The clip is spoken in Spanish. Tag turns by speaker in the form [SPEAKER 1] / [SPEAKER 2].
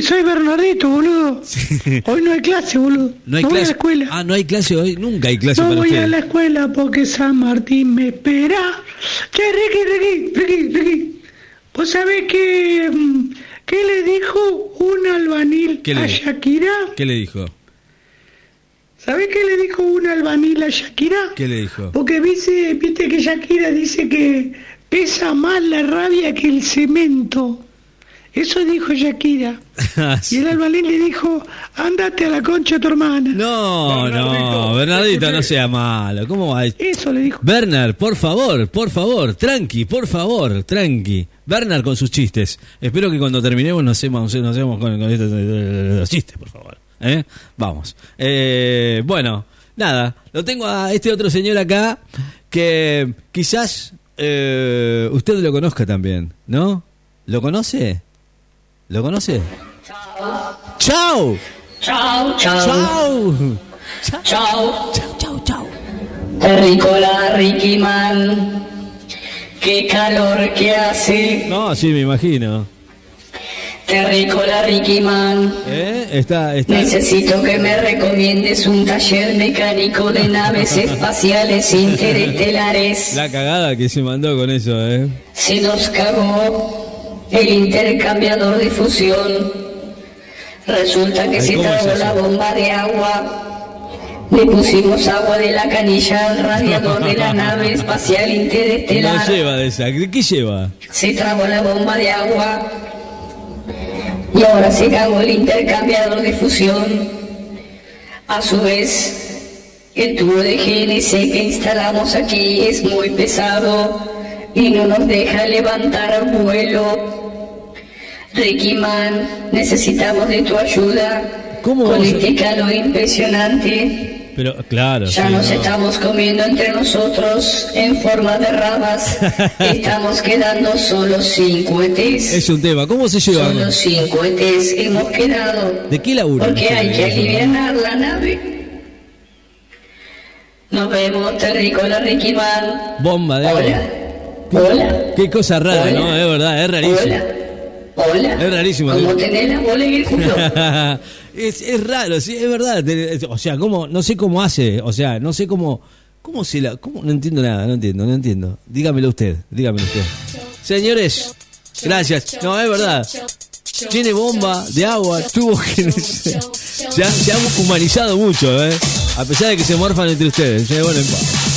[SPEAKER 1] soy Bernardito, boludo. Hoy no hay clase, boludo.
[SPEAKER 2] No hay
[SPEAKER 1] voy a
[SPEAKER 2] clase.
[SPEAKER 1] la escuela.
[SPEAKER 2] Ah, no hay clase hoy. Nunca hay clase
[SPEAKER 1] No
[SPEAKER 2] para
[SPEAKER 1] voy a
[SPEAKER 2] ustedes.
[SPEAKER 1] la escuela porque San Martín me espera. Che, Ricky, Ricky, Ricky, Ricky. ¿Vos sabés que, mm, qué le dijo un albanil
[SPEAKER 2] ¿Qué le
[SPEAKER 1] a
[SPEAKER 2] dijo?
[SPEAKER 1] Shakira?
[SPEAKER 2] ¿Qué le dijo?
[SPEAKER 1] ¿Sabés qué le dijo un albanil a Shakira?
[SPEAKER 2] ¿Qué le dijo?
[SPEAKER 1] Porque viste, viste que Shakira dice que pesa más la rabia que el cemento. Eso dijo Shakira. Y el albanil le dijo, ándate a la concha de tu hermana.
[SPEAKER 2] no, no,
[SPEAKER 1] Bernardito,
[SPEAKER 2] Bernardito, no
[SPEAKER 1] escuché.
[SPEAKER 2] sea malo. ¿Cómo va?
[SPEAKER 1] Eso le dijo.
[SPEAKER 2] Bernard, por favor, por favor, tranqui, por favor, tranqui. Bernard con sus chistes. Espero que cuando terminemos nos hacemos, nos hacemos con, con estos- los chistes, por favor. ¿Eh? Vamos. Eh, bueno, nada, lo tengo a este otro señor acá que quizás eh, usted lo conozca también, ¿no? ¿Lo conoce? ¿Lo conoce? ¡Chao!
[SPEAKER 3] Ciao,
[SPEAKER 2] ¡Chao!
[SPEAKER 3] ciao,
[SPEAKER 2] ¡Chao, chao, chao!
[SPEAKER 3] Ricola Ricky Man. Qué calor que hace.
[SPEAKER 2] No, sí, me imagino.
[SPEAKER 3] Terricola Ricky Man.
[SPEAKER 2] ¿Eh? Está, está.
[SPEAKER 3] Necesito que me recomiendes un taller mecánico de naves espaciales interestelares.
[SPEAKER 2] La cagada que se mandó con eso, ¿eh?
[SPEAKER 3] Se nos cagó el intercambiador de fusión. Resulta que
[SPEAKER 2] Ay,
[SPEAKER 3] se
[SPEAKER 2] ¿cómo es
[SPEAKER 3] tragó
[SPEAKER 2] eso?
[SPEAKER 3] la bomba de agua. Le pusimos agua de la canilla al radiador de la nave espacial interestelar.
[SPEAKER 2] No lleva de esa. ¿De qué lleva?
[SPEAKER 3] Se trabó la bomba de agua y ahora se cagó el intercambiador de fusión. A su vez, el tubo de GNC que instalamos aquí es muy pesado y no nos deja levantar vuelo. Ricky Man, necesitamos de tu ayuda
[SPEAKER 2] ¿Cómo
[SPEAKER 3] con
[SPEAKER 2] vamos a-
[SPEAKER 3] este calor impresionante.
[SPEAKER 2] Pero, claro.
[SPEAKER 3] Ya
[SPEAKER 2] sí,
[SPEAKER 3] nos
[SPEAKER 2] no.
[SPEAKER 3] estamos comiendo entre nosotros en forma de rabas. Estamos quedando solo sin cohetes.
[SPEAKER 2] Es un tema. ¿Cómo se lleva?
[SPEAKER 3] Solo sin cohetes hemos quedado.
[SPEAKER 2] ¿De qué laburo?
[SPEAKER 3] Porque hay que aliviar la nave. Nos vemos, Terricola Ricky Man.
[SPEAKER 2] Bomba de agua.
[SPEAKER 3] Hola. Hola.
[SPEAKER 2] Qué cosa rara,
[SPEAKER 3] Hola.
[SPEAKER 2] ¿no? Es verdad, es rarísimo.
[SPEAKER 3] Hola. Hola.
[SPEAKER 2] Es rarísimo.
[SPEAKER 3] Como tener la bola en el culo.
[SPEAKER 2] es, es raro, sí, es verdad. Te- es- O sea, ¿cómo, no sé cómo hace. O sea, no sé cómo. ¿Cómo se la.? cómo- No entiendo nada, no entiendo, no entiendo. Dígamelo usted, dígamelo usted. Señores, gracias. No, es verdad. Tiene bomba de agua, tuvo que. no sé. Ya, se han humanizado mucho, ¿eh? A pesar de que se morfan entre ustedes. Eh, bueno, en paz.